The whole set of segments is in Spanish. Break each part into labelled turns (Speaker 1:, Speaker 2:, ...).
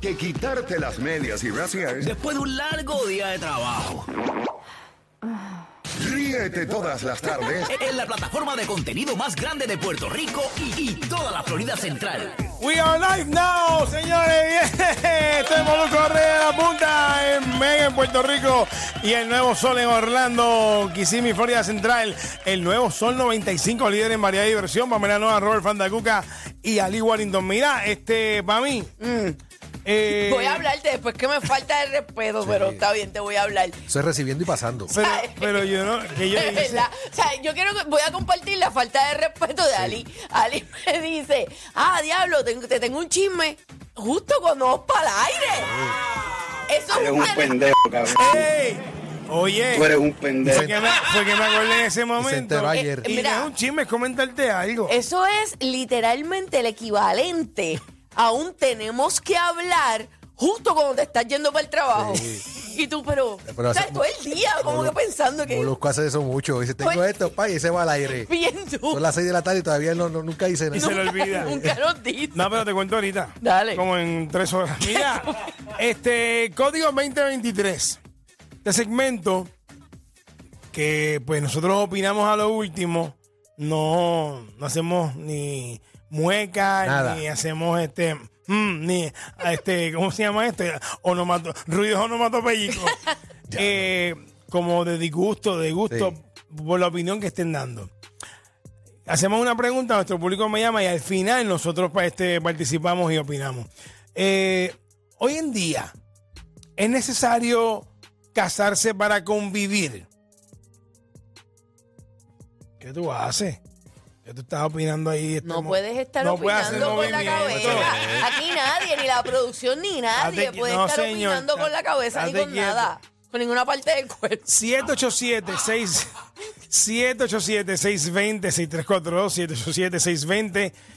Speaker 1: que quitarte las medias y brasiers.
Speaker 2: Después de un largo día de trabajo.
Speaker 1: Ríete todas las tardes
Speaker 2: En la plataforma de contenido más grande de Puerto Rico y, y toda la Florida Central.
Speaker 3: We are live now, señores. Yeah. Esto es Molusco Correa de la Punta en Mega en Puerto Rico y el nuevo sol en Orlando, Kissimmee, Florida Central. El nuevo sol 95, líder en variedad y diversión. Pamela Nueva, Robert Fandacuca y Ali Warrington. Mira, este, para mí. mm, eh,
Speaker 4: Voy a hablarte después que me falta el respeto, pero está bien, te voy a hablar.
Speaker 5: Eso es recibiendo y pasando.
Speaker 3: Pero, pero yo no. Que yo,
Speaker 4: De
Speaker 3: yo sé-
Speaker 4: verdad. O sea, yo quiero que- voy a compartir la falta de respeto de Ali. Ali me dice, ah, diablo, te, te tengo un chisme justo cuando vamos para el aire. Eso es
Speaker 6: Eres un
Speaker 4: una-
Speaker 6: pendejo, cabrón.
Speaker 3: ¡Ey! Oye.
Speaker 6: Tú eres un
Speaker 3: Fue
Speaker 6: pendejo.
Speaker 3: que, me, fue que me acordé en ese momento.
Speaker 5: enteró ayer.
Speaker 3: Y
Speaker 4: Mira.
Speaker 3: no es un chisme, es comentarte algo.
Speaker 4: Eso es literalmente el equivalente a un tenemos que hablar justo cuando te estás yendo para el trabajo. Y tú, pero,
Speaker 5: Pero
Speaker 4: o sea,
Speaker 5: hace-
Speaker 4: todo el día como que
Speaker 5: Molu-
Speaker 4: pensando que
Speaker 5: Molusco hace eso mucho. Dice, tengo
Speaker 4: Oye.
Speaker 5: esto, pa, y se va al aire.
Speaker 4: bien
Speaker 5: Son
Speaker 4: tú.
Speaker 5: las 6 de la tarde y todavía no, no- nunca dice
Speaker 3: Y se
Speaker 5: nada.
Speaker 3: le olvida.
Speaker 4: Nunca nos dice.
Speaker 3: No, pero te cuento ahorita.
Speaker 4: Dale.
Speaker 3: Como en tres horas. Mira, este código 2023. Este segmento que pues nosotros opinamos a lo último. No, no hacemos ni muecas,
Speaker 5: Nada.
Speaker 3: ni hacemos este, mm, ni este, ¿cómo se llama este? Onomato, ruidos onomatopéyicos. Eh, como de disgusto, de gusto, por la opinión que estén dando. Hacemos una pregunta, nuestro público me llama y al final nosotros pa- este, participamos y opinamos. Eh, hoy en día, ¿es necesario casarse para convivir? ¿Qué tú haces? ¿Qué tú estás opinando ahí? este
Speaker 4: No
Speaker 3: mo-
Speaker 4: puedes estar
Speaker 3: No puedes hacer
Speaker 4: opinando con la
Speaker 3: movimiento.
Speaker 4: cabeza. Aquí nadie, ni la producción, ni nadie
Speaker 3: qui-
Speaker 4: puede
Speaker 3: no,
Speaker 4: estar
Speaker 3: señor,
Speaker 4: opinando con la cabeza ni
Speaker 3: estate
Speaker 4: con
Speaker 3: quieto.
Speaker 4: nada. Con ninguna parte del cuerpo.
Speaker 3: 787-6... 787-620-6342,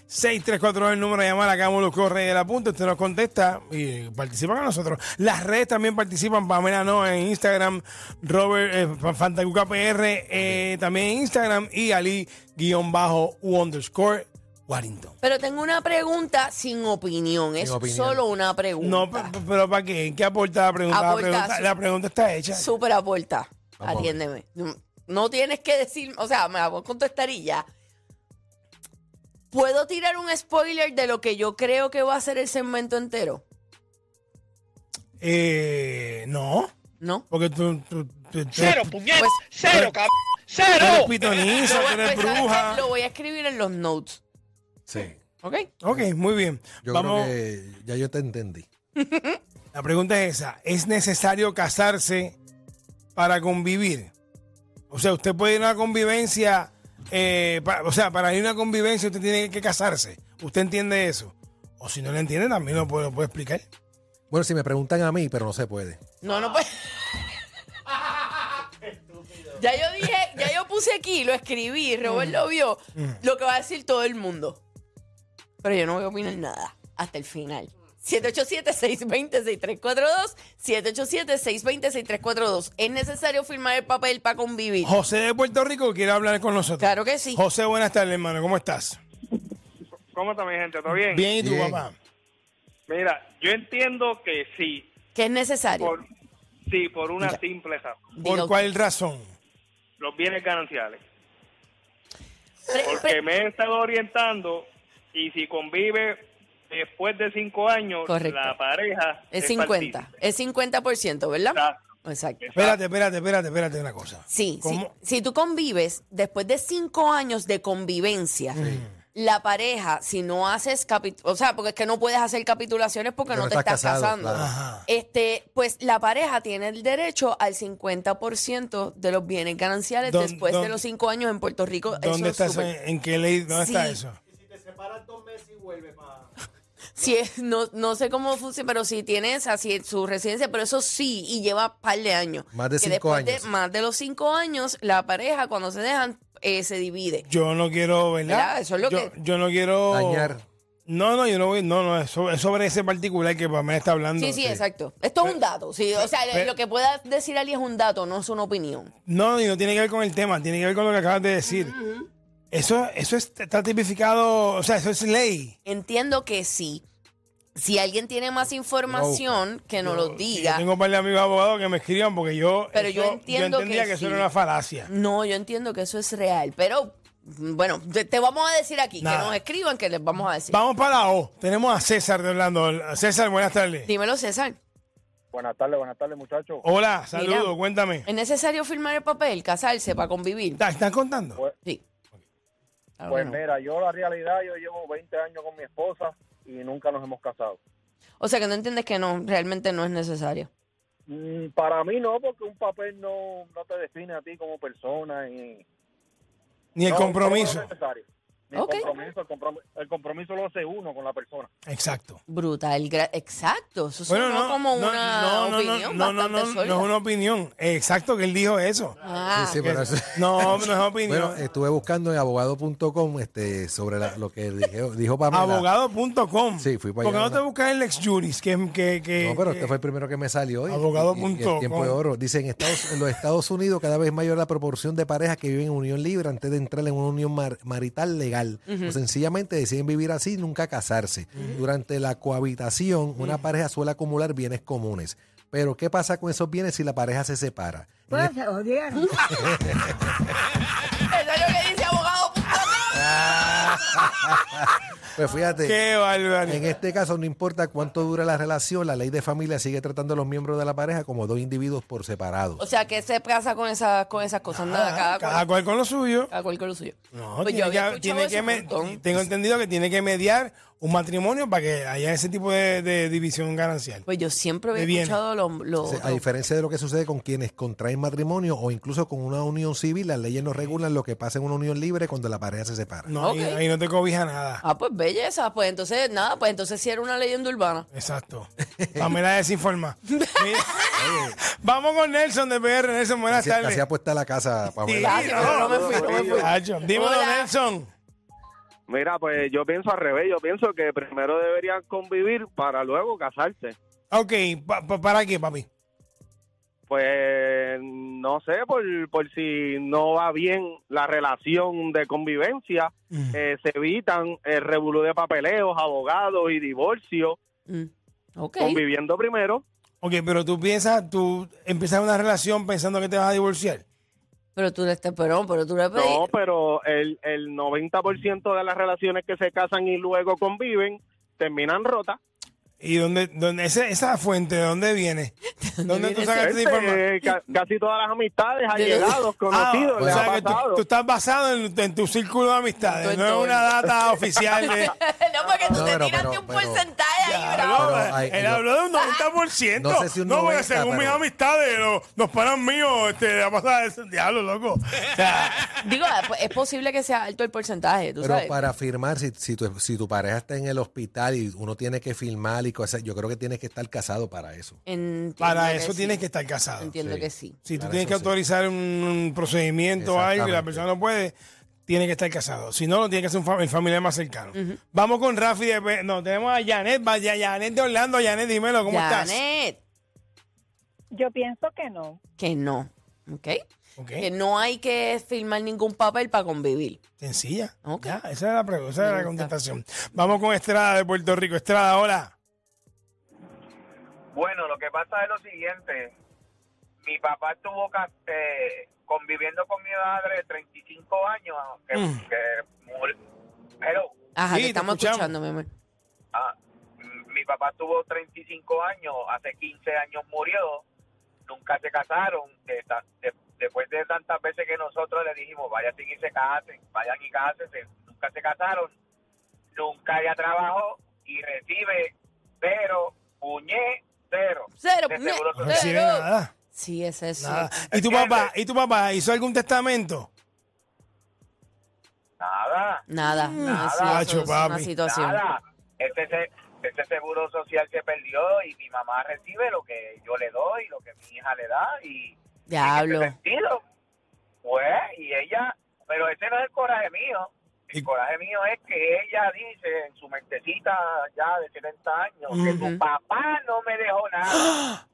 Speaker 3: 787-620-6342 el número de llamar acá los corre de la punta, usted nos contesta y participa con nosotros. Las redes también participan, Pamela no en Instagram, Robert eh, Fantacuca PR eh, también en Instagram y Ali guión bajo U underscore Warrington.
Speaker 4: Pero tengo una pregunta sin opinión. es
Speaker 5: opinión.
Speaker 4: solo una pregunta.
Speaker 3: No, pe- pe- pero ¿para qué? ¿Qué aporta la pregunta? La
Speaker 4: Aporta
Speaker 3: pregunta,
Speaker 4: su-
Speaker 3: la pregunta está hecha.
Speaker 4: Súper aporta.
Speaker 5: Vamos a ver.
Speaker 4: Atiéndeme. No- No tienes que decir, o sea, me la voy a contestar y ya. ¿Puedo tirar un spoiler de lo que yo creo que va a ser el segmento entero?
Speaker 3: Eh, no,
Speaker 4: ¿No?
Speaker 3: porque tú... tú- tú- tú-
Speaker 7: Cero, puñet.
Speaker 4: Pues-
Speaker 7: cero, cabrón.
Speaker 3: Tú eres
Speaker 7: Cero.
Speaker 3: pitoniza, tú
Speaker 4: Lo voy a
Speaker 3: eres
Speaker 4: empezar-
Speaker 3: bruja.
Speaker 4: Lo voy a escribir en los notes.
Speaker 5: Sí.
Speaker 4: ¿Ok?
Speaker 3: Ok, muy bien.
Speaker 5: Yo
Speaker 3: Vamos.
Speaker 5: creo que ya yo te entendí.
Speaker 3: La pregunta es esa. ¿Es necesario casarse para convivir? O sea, usted puede ir a una convivencia, eh, pa- o sea, para ir a una convivencia usted tiene que casarse. ¿Usted entiende eso? O si no lo entiende, también lo puede, lo puede explicar.
Speaker 5: Bueno, si me preguntan a mí, pero no se puede.
Speaker 4: No, no puede. ya yo dije, ya yo puse aquí, lo escribí, Robert lo vio, lo que va a decir todo el mundo. Pero yo no voy a opinar nada hasta el final. 787-620-6342. 787-620-6342. ¿Es necesario firmar el papel para convivir?
Speaker 3: José de Puerto Rico quiere hablar con nosotros.
Speaker 4: Claro que sí.
Speaker 3: José, buenas tardes, hermano. ¿Cómo estás?
Speaker 8: ¿Cómo está mi gente? ¿Todo bien?
Speaker 3: Bien, ¿y tú,
Speaker 5: Bien.
Speaker 3: papá?
Speaker 8: Mira, yo entiendo que sí,
Speaker 4: Que es necesario.
Speaker 8: por, sí, por una
Speaker 4: Ya.
Speaker 8: simple razón,
Speaker 4: Diga
Speaker 3: ¿Por
Speaker 4: usted.
Speaker 3: cuál razón?
Speaker 8: los bienes gananciales.
Speaker 4: Pre-
Speaker 8: Porque
Speaker 4: pre-
Speaker 8: me he estado orientando y si convive después de cinco años,
Speaker 4: Correcto.
Speaker 8: la pareja
Speaker 4: es 50.
Speaker 8: partícipe.
Speaker 4: Es 50%, ¿verdad?
Speaker 8: Exacto.
Speaker 4: Exacto.
Speaker 3: Espérate, espérate, espérate, espérate una cosa.
Speaker 4: Sí, sí.
Speaker 3: ¿Cómo?
Speaker 4: si tú convives, después de cinco años de convivencia, la pareja, si no haces capi- o sea, porque es que no puedes hacer capitulaciones porque
Speaker 5: Porque
Speaker 4: no, te estás, casando,
Speaker 5: claro.
Speaker 3: Ajá.
Speaker 4: este, pues la pareja tiene el derecho al 50% de los bienes gananciales
Speaker 3: ¿Dó-
Speaker 4: después
Speaker 3: dónde-
Speaker 4: de los cinco años en Puerto Rico. Eso
Speaker 3: ¿Dónde
Speaker 4: es
Speaker 3: está eso?
Speaker 4: súper-
Speaker 3: ¿En en qué ley? ¿Dónde está
Speaker 4: Sí.
Speaker 3: eso?
Speaker 4: Si es- no, no sé cómo funciona, pero si tienes así su residencia, pero eso sí, y lleva par de años.
Speaker 5: Más de
Speaker 4: Que
Speaker 5: cinco
Speaker 4: después
Speaker 5: años.
Speaker 4: más de los cinco años, la pareja cuando se dejan eh, se divide.
Speaker 3: Yo no quiero, ¿verdad?
Speaker 4: ¿Verdad? Eso es lo
Speaker 3: yo,
Speaker 4: que-
Speaker 3: yo no quiero.
Speaker 5: Dañar.
Speaker 3: No, no, yo no voy. No, no, es sobre, es sobre ese particular que Pamela está hablando.
Speaker 4: Sí, sí, exacto. Esto es un dato. Sí, o sea,
Speaker 3: Pe-
Speaker 4: lo que pueda decir Ali es un dato, no es una opinión.
Speaker 3: No, y no tiene que ver con el tema, tiene que ver con lo que acabas de decir. Eso, eso es- está tipificado, o sea, eso es ley.
Speaker 4: Entiendo que sí. Si alguien tiene más información, que nos lo
Speaker 3: Sí,
Speaker 4: diga.
Speaker 3: yo tengo un par de amigos abogados que me escriban porque yo,
Speaker 4: Pero yo
Speaker 3: eso-
Speaker 4: entiendo
Speaker 3: entendía
Speaker 4: que
Speaker 3: que,
Speaker 4: sí. Mm,
Speaker 3: eso era una falacia.
Speaker 4: No, yo entiendo que eso es real, pero bueno, te, te vamos a decir aquí, que
Speaker 3: Nada.
Speaker 4: nos escriban, que les vamos a decir.
Speaker 3: Vamos para la O. Tenemos a César de Orlando. César, buenas tardes.
Speaker 4: Dímelo, César.
Speaker 6: Buenas tardes, buenas tardes, muchachos.
Speaker 4: Ah,
Speaker 3: Hola,
Speaker 4: Mira,
Speaker 3: saludos, cuéntame.
Speaker 4: ¿Es necesario firmar el papel, casarse para convivir?
Speaker 3: ¿Estás estás contando?
Speaker 4: Sí. Claro
Speaker 6: Pues
Speaker 4: que no.
Speaker 6: mira, yo la realidad, yo llevo 20 años con mi esposa y nunca nos hemos casado.
Speaker 4: O sea que no entiendes que no, realmente no es necesario.
Speaker 6: Mm, Para mí no, porque un papel no, no te define a ti como persona. Y,
Speaker 3: Ni el
Speaker 6: No,
Speaker 3: compromiso.
Speaker 6: no es necesario. Ni el
Speaker 4: Ok.
Speaker 6: compromiso, el comprom- el compromiso lo hace uno con la persona.
Speaker 3: Exacto.
Speaker 4: Brutal, gra- exacto. Eso sonó como una opinión
Speaker 3: no, no,
Speaker 4: bastante
Speaker 3: no, no,
Speaker 4: sólida.
Speaker 3: es una opinión. Exacto, que él dijo eso.
Speaker 4: Ah,
Speaker 5: Sí, sí, pero
Speaker 3: Que-
Speaker 5: eso-
Speaker 3: No, no es opinión.
Speaker 5: Bueno, eh, estuve buscando en abogado.com este, sobre la- lo que dijo, dijo Pamela.
Speaker 3: Abogado.com.
Speaker 5: Sí, fui pa'
Speaker 3: Porque
Speaker 5: allá.
Speaker 3: no te buscas el ex juris, que, que, que-
Speaker 5: No, pero este
Speaker 3: que-
Speaker 5: fue el primero que me salió. y-
Speaker 3: Eh, Abogado
Speaker 5: y-
Speaker 3: punto
Speaker 5: y el tiempo de
Speaker 3: com.
Speaker 5: oro. Dice, en, Estados, en los Estados Unidos cada vez mayor la proporción de parejas que viven en unión libre antes de entrar en una unión mar- marital legal. O sencillamente deciden vivir así, nunca casarse. Durante la cohabitación, una pareja suele acumular bienes comunes. Pero, ¿qué pasa con esos bienes si la pareja se separa?
Speaker 3: Pues,
Speaker 5: En este-
Speaker 4: eso es lo que dice abogado.
Speaker 5: pues fíjate.
Speaker 3: Qué bárbaro.
Speaker 5: En este caso, no importa cuánto dure la relación, la ley de familia sigue tratando a los miembros de la pareja como dos individuos por separado.
Speaker 4: O sea que se casa con esas, con esas cosas, nada, cada,
Speaker 3: Cada
Speaker 4: cual,
Speaker 3: cual con lo suyo.
Speaker 4: cada cual con lo suyo.
Speaker 3: No,
Speaker 4: Pues
Speaker 3: tiene
Speaker 4: yo había
Speaker 3: que, tiene
Speaker 4: escuchado
Speaker 3: que
Speaker 4: eso
Speaker 3: me-
Speaker 4: un montón.
Speaker 3: tengo entendido que tiene que mediar un matrimonio para que haya ese tipo de, de división ganancial.
Speaker 4: Pues yo siempre
Speaker 3: Me
Speaker 4: había
Speaker 3: viene.
Speaker 4: escuchado los... los-
Speaker 5: O sea, a diferencia de lo que sucede con quienes contraen matrimonio o incluso con una unión civil, las leyes no regulan lo que pasa en una unión libre cuando la pareja se separa.
Speaker 3: No, ahí-
Speaker 4: Ok.
Speaker 3: ahí, no te cobija nada.
Speaker 4: Ah, pues belleza, pues entonces nada, pues entonces sí era una leyenda urbana.
Speaker 3: Exacto. Pamela desinforma. Mira, Vamos con Nelson de PR. Nelson, buenas
Speaker 5: Así, así
Speaker 3: tardes.
Speaker 5: apuesta la casa,
Speaker 3: Sí,
Speaker 5: Pamela.
Speaker 4: Gracias, pero no me fui, no me fui.
Speaker 3: Chacho, Dímelo,
Speaker 4: Hola.
Speaker 3: Nelson.
Speaker 6: Mira, pues yo pienso al revés, yo pienso que primero deberían convivir para luego casarse.
Speaker 3: Ok, pa- pa- ¿para qué, papi?
Speaker 6: Pues no sé, por, por si no va bien la relación de convivencia,
Speaker 3: Mm.
Speaker 6: eh, se evitan el revolú de papeleos, abogados y divorcio,
Speaker 4: Mm. Ok.
Speaker 6: conviviendo primero.
Speaker 3: Ok, pero tú piensas, tú empiezas una relación pensando que te vas a divorciar.
Speaker 4: Pero tú le estás, pero, pero tú le pedí.
Speaker 6: No, pero el, el 90% de las relaciones que se casan y luego conviven terminan rotas.
Speaker 3: ¿Y dónde, dónde ese- esa fuente, de dónde viene? ¿Dónde tú
Speaker 4: viene
Speaker 3: sacas esta
Speaker 6: Este,
Speaker 3: información?
Speaker 6: ca- casi todas las amistades,
Speaker 4: Yo-
Speaker 6: allegados, conocidos,
Speaker 3: Ah, o
Speaker 6: les
Speaker 3: sea
Speaker 6: ha
Speaker 3: que tú,
Speaker 6: pasado.
Speaker 3: tú estás basado en, en tu círculo de amistades,
Speaker 4: En tu
Speaker 3: no es una data oficial de...
Speaker 4: no, porque tú
Speaker 5: No,
Speaker 4: te
Speaker 5: pero-
Speaker 4: tiraste
Speaker 5: pero-
Speaker 4: un
Speaker 5: pero-
Speaker 4: porcentaje ahí, bravo.
Speaker 3: Habló,
Speaker 5: pero hay-
Speaker 3: él
Speaker 5: yo-
Speaker 3: habló de un 90%.
Speaker 5: No sé si un
Speaker 3: porque
Speaker 5: 90,
Speaker 3: según mis
Speaker 5: pero-
Speaker 3: amistades, los, los panas míos, este, la pasada es diablo, loco. O sea,
Speaker 4: Digo, pues, es posible que sea alto el porcentaje, tú
Speaker 5: Pero
Speaker 4: sabes.
Speaker 5: para firmar, si, si, tu, si tu pareja está en el hospital y uno tiene que filmar y cosas, yo creo que tienes que estar casado para eso.
Speaker 4: Entiendo
Speaker 3: para
Speaker 4: que
Speaker 3: eso
Speaker 4: sí.
Speaker 3: tienes que estar casado.
Speaker 4: Entiendo
Speaker 5: Sí.
Speaker 4: que sí.
Speaker 3: Si tú
Speaker 5: Para
Speaker 3: tienes que
Speaker 5: eso sí.
Speaker 3: autorizar un, un procedimiento o algo y la
Speaker 5: Exactamente.
Speaker 3: persona no puede, tiene que estar casado. Si no, lo tiene que hacer un fa- el familiar más cercano. Vamos con Rafi. De, Pe- no, tenemos a Janet. Vaya, Janet de Orlando. Janet, dímelo, ¿cómo estás?
Speaker 4: Janet,
Speaker 7: Yo pienso que no.
Speaker 4: que no. ¿Ok?
Speaker 3: Ok,
Speaker 4: Que no hay que firmar ningún papel para convivir.
Speaker 3: Sencilla.
Speaker 4: Ok.
Speaker 3: Ya, esa era la pregunta, esa
Speaker 4: Me
Speaker 3: era la
Speaker 4: gusta.
Speaker 3: contestación. Vamos con Estrada de Puerto Rico. Estrada, hola.
Speaker 9: Bueno, lo que pasa es lo siguiente. Mi papá estuvo ca- eh, conviviendo con mi madre 35 años, que,
Speaker 3: Mm.
Speaker 9: que mur- Hello.
Speaker 4: Ajá,
Speaker 3: Sí,
Speaker 4: te
Speaker 3: te
Speaker 4: estamos
Speaker 3: escuchamos.
Speaker 4: escuchando, mi amor.
Speaker 9: Ah, mm, mi papá estuvo 35 años, hace 15 años murió, nunca se casaron. de ta- de- después de tantas veces que nosotros le dijimos, vayan y se casen, vayan y cásense, nunca se casaron, nunca ya trabajó y recibe cero, puñé, cero.
Speaker 4: Cero,
Speaker 9: de
Speaker 4: puñé,
Speaker 9: seguro
Speaker 3: No
Speaker 9: social.
Speaker 3: recibe
Speaker 4: Pero-
Speaker 3: nada.
Speaker 4: Sí, es eso.
Speaker 3: nada. Ah, ¿Y tu papá? ¿Y tu papá hizo algún testamento?
Speaker 9: Nada.
Speaker 4: Nada. no, sí,
Speaker 3: Nacho,
Speaker 4: eso es una
Speaker 3: papi.
Speaker 4: situación.
Speaker 9: Nada. Este, se- este seguro social se perdió y mi mamá recibe lo que yo le doy, lo que mi hija le da y
Speaker 4: Diablo.
Speaker 9: en ese sentido, pues, y ella, pero ese no es el coraje mío. El
Speaker 3: Y-
Speaker 9: coraje mío es que ella dice en su mentecita ya de 70 años que
Speaker 3: Ujú.
Speaker 9: tu papá no me dejó nada.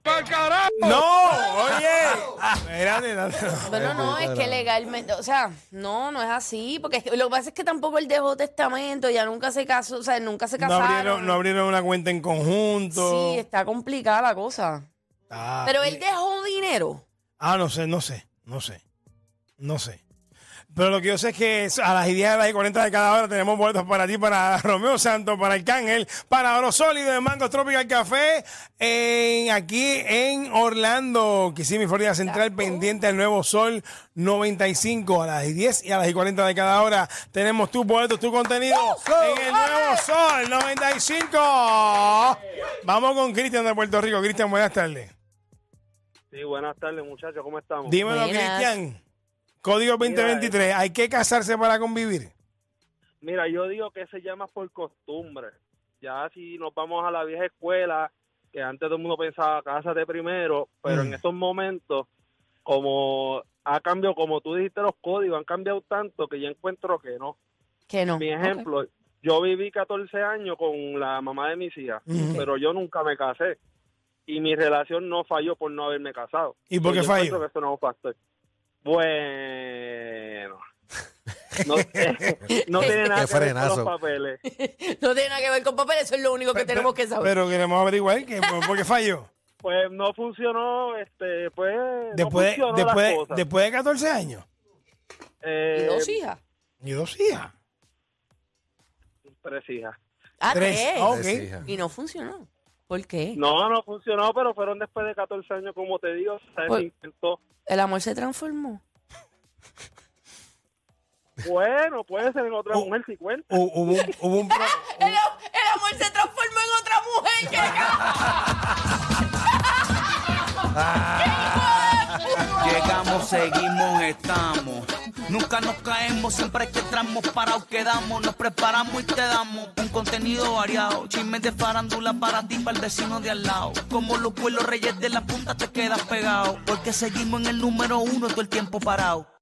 Speaker 6: ¡Pa'l carajo!
Speaker 4: Oh.
Speaker 3: ¡No! ¡Oye! Espérate, no, no.
Speaker 4: Bueno, no, es que legalmente, o sea, no, no es así, porque es que- lo que pasa es que tampoco él dejó testamento, ya nunca se casó, o sea, nunca se
Speaker 3: No
Speaker 4: casaron.
Speaker 3: abrieron, no abrieron una cuenta en conjunto.
Speaker 4: Sí, está complicada la cosa.
Speaker 3: Ah,
Speaker 4: Pero él dejó dinero.
Speaker 3: Ah, no sé, no sé, no sé, no sé. Pero lo que yo sé es que es a las 10 a las 40 de cada hora tenemos vueltas para ti, para Romeo Santos, para Arcángel, para Oro Sólido de Mango Tropical Café, en- aquí en Orlando, Kissimmee, Florida Central, pendiente al nuevo Sol 95. A las 10 y a las 40 de cada hora tenemos tus boletos, tu contenido en el nuevo Sol 95. Vamos con Cristian de Puerto Rico. Cristian, buenas tardes.
Speaker 6: Sí, buenas tardes, muchachos, ¿cómo estamos?
Speaker 3: Dímelo,
Speaker 4: Buenas.
Speaker 3: Cristian. Código
Speaker 6: eh,
Speaker 3: 2023. Hay que casarse para convivir.
Speaker 6: Mira, yo digo que se llama por costumbre. Ya si nos vamos a la vieja escuela, que antes todo el mundo pensaba, cásate primero, pero
Speaker 3: Mm.
Speaker 6: en estos momentos, como ha cambiado, como tú dijiste, los códigos han cambiado tanto que yo encuentro que no.
Speaker 4: Que no.
Speaker 6: Mi ejemplo, yo viví 14 años con la mamá de mis hijas,
Speaker 3: Ujú.
Speaker 6: pero yo nunca me casé. Y mi relación no falló por no haberme casado. Pues
Speaker 3: ¿Y por qué
Speaker 6: Yo
Speaker 3: falló?
Speaker 6: encuentro que eso no es un factor. Bueno. No, no tiene nada
Speaker 5: Qué
Speaker 6: que ver con los
Speaker 5: frenazo.
Speaker 6: papeles.
Speaker 4: Ok. No tiene nada que ver con papel, eso es lo único que tenemos que saber.
Speaker 3: Pero queremos averiguar que, por, por qué falló.
Speaker 6: Pues no funcionó, este, pues no
Speaker 3: Después, de-
Speaker 6: funcionó
Speaker 3: después,
Speaker 6: las
Speaker 3: de-
Speaker 6: cosas.
Speaker 3: después de 14 años.
Speaker 6: Eh,
Speaker 4: Y dos hijas.
Speaker 3: Y dos
Speaker 6: Ah.
Speaker 3: hijas.
Speaker 6: tres hijas.
Speaker 4: Ah,
Speaker 3: Tres.
Speaker 4: tres.
Speaker 3: Ah, ok.
Speaker 5: Tres hijas.
Speaker 4: Y no funcionó. ¿Por qué?
Speaker 6: No, no funcionó, pero fueron después de 14 años, como te digo, se
Speaker 4: Pues-
Speaker 6: intentó.
Speaker 4: El amor se transformó.
Speaker 6: Bueno, puede ser en otra
Speaker 3: Oh.
Speaker 6: mujer si cuenta.
Speaker 3: Hu- Hubo, un- hubo un pro-
Speaker 4: El, amor se transformó en otra mujer.
Speaker 2: Llegamos, seguimos, estamos. Nunca nos caemos, siempre que entramos parados quedamos. Nos preparamos y te damos un contenido variado. Chismes de farándula para ti, para el vecino de al lado. Como los pueblos reyes de la punta te quedas pegado. Porque seguimos en el número uno todo el tiempo parado.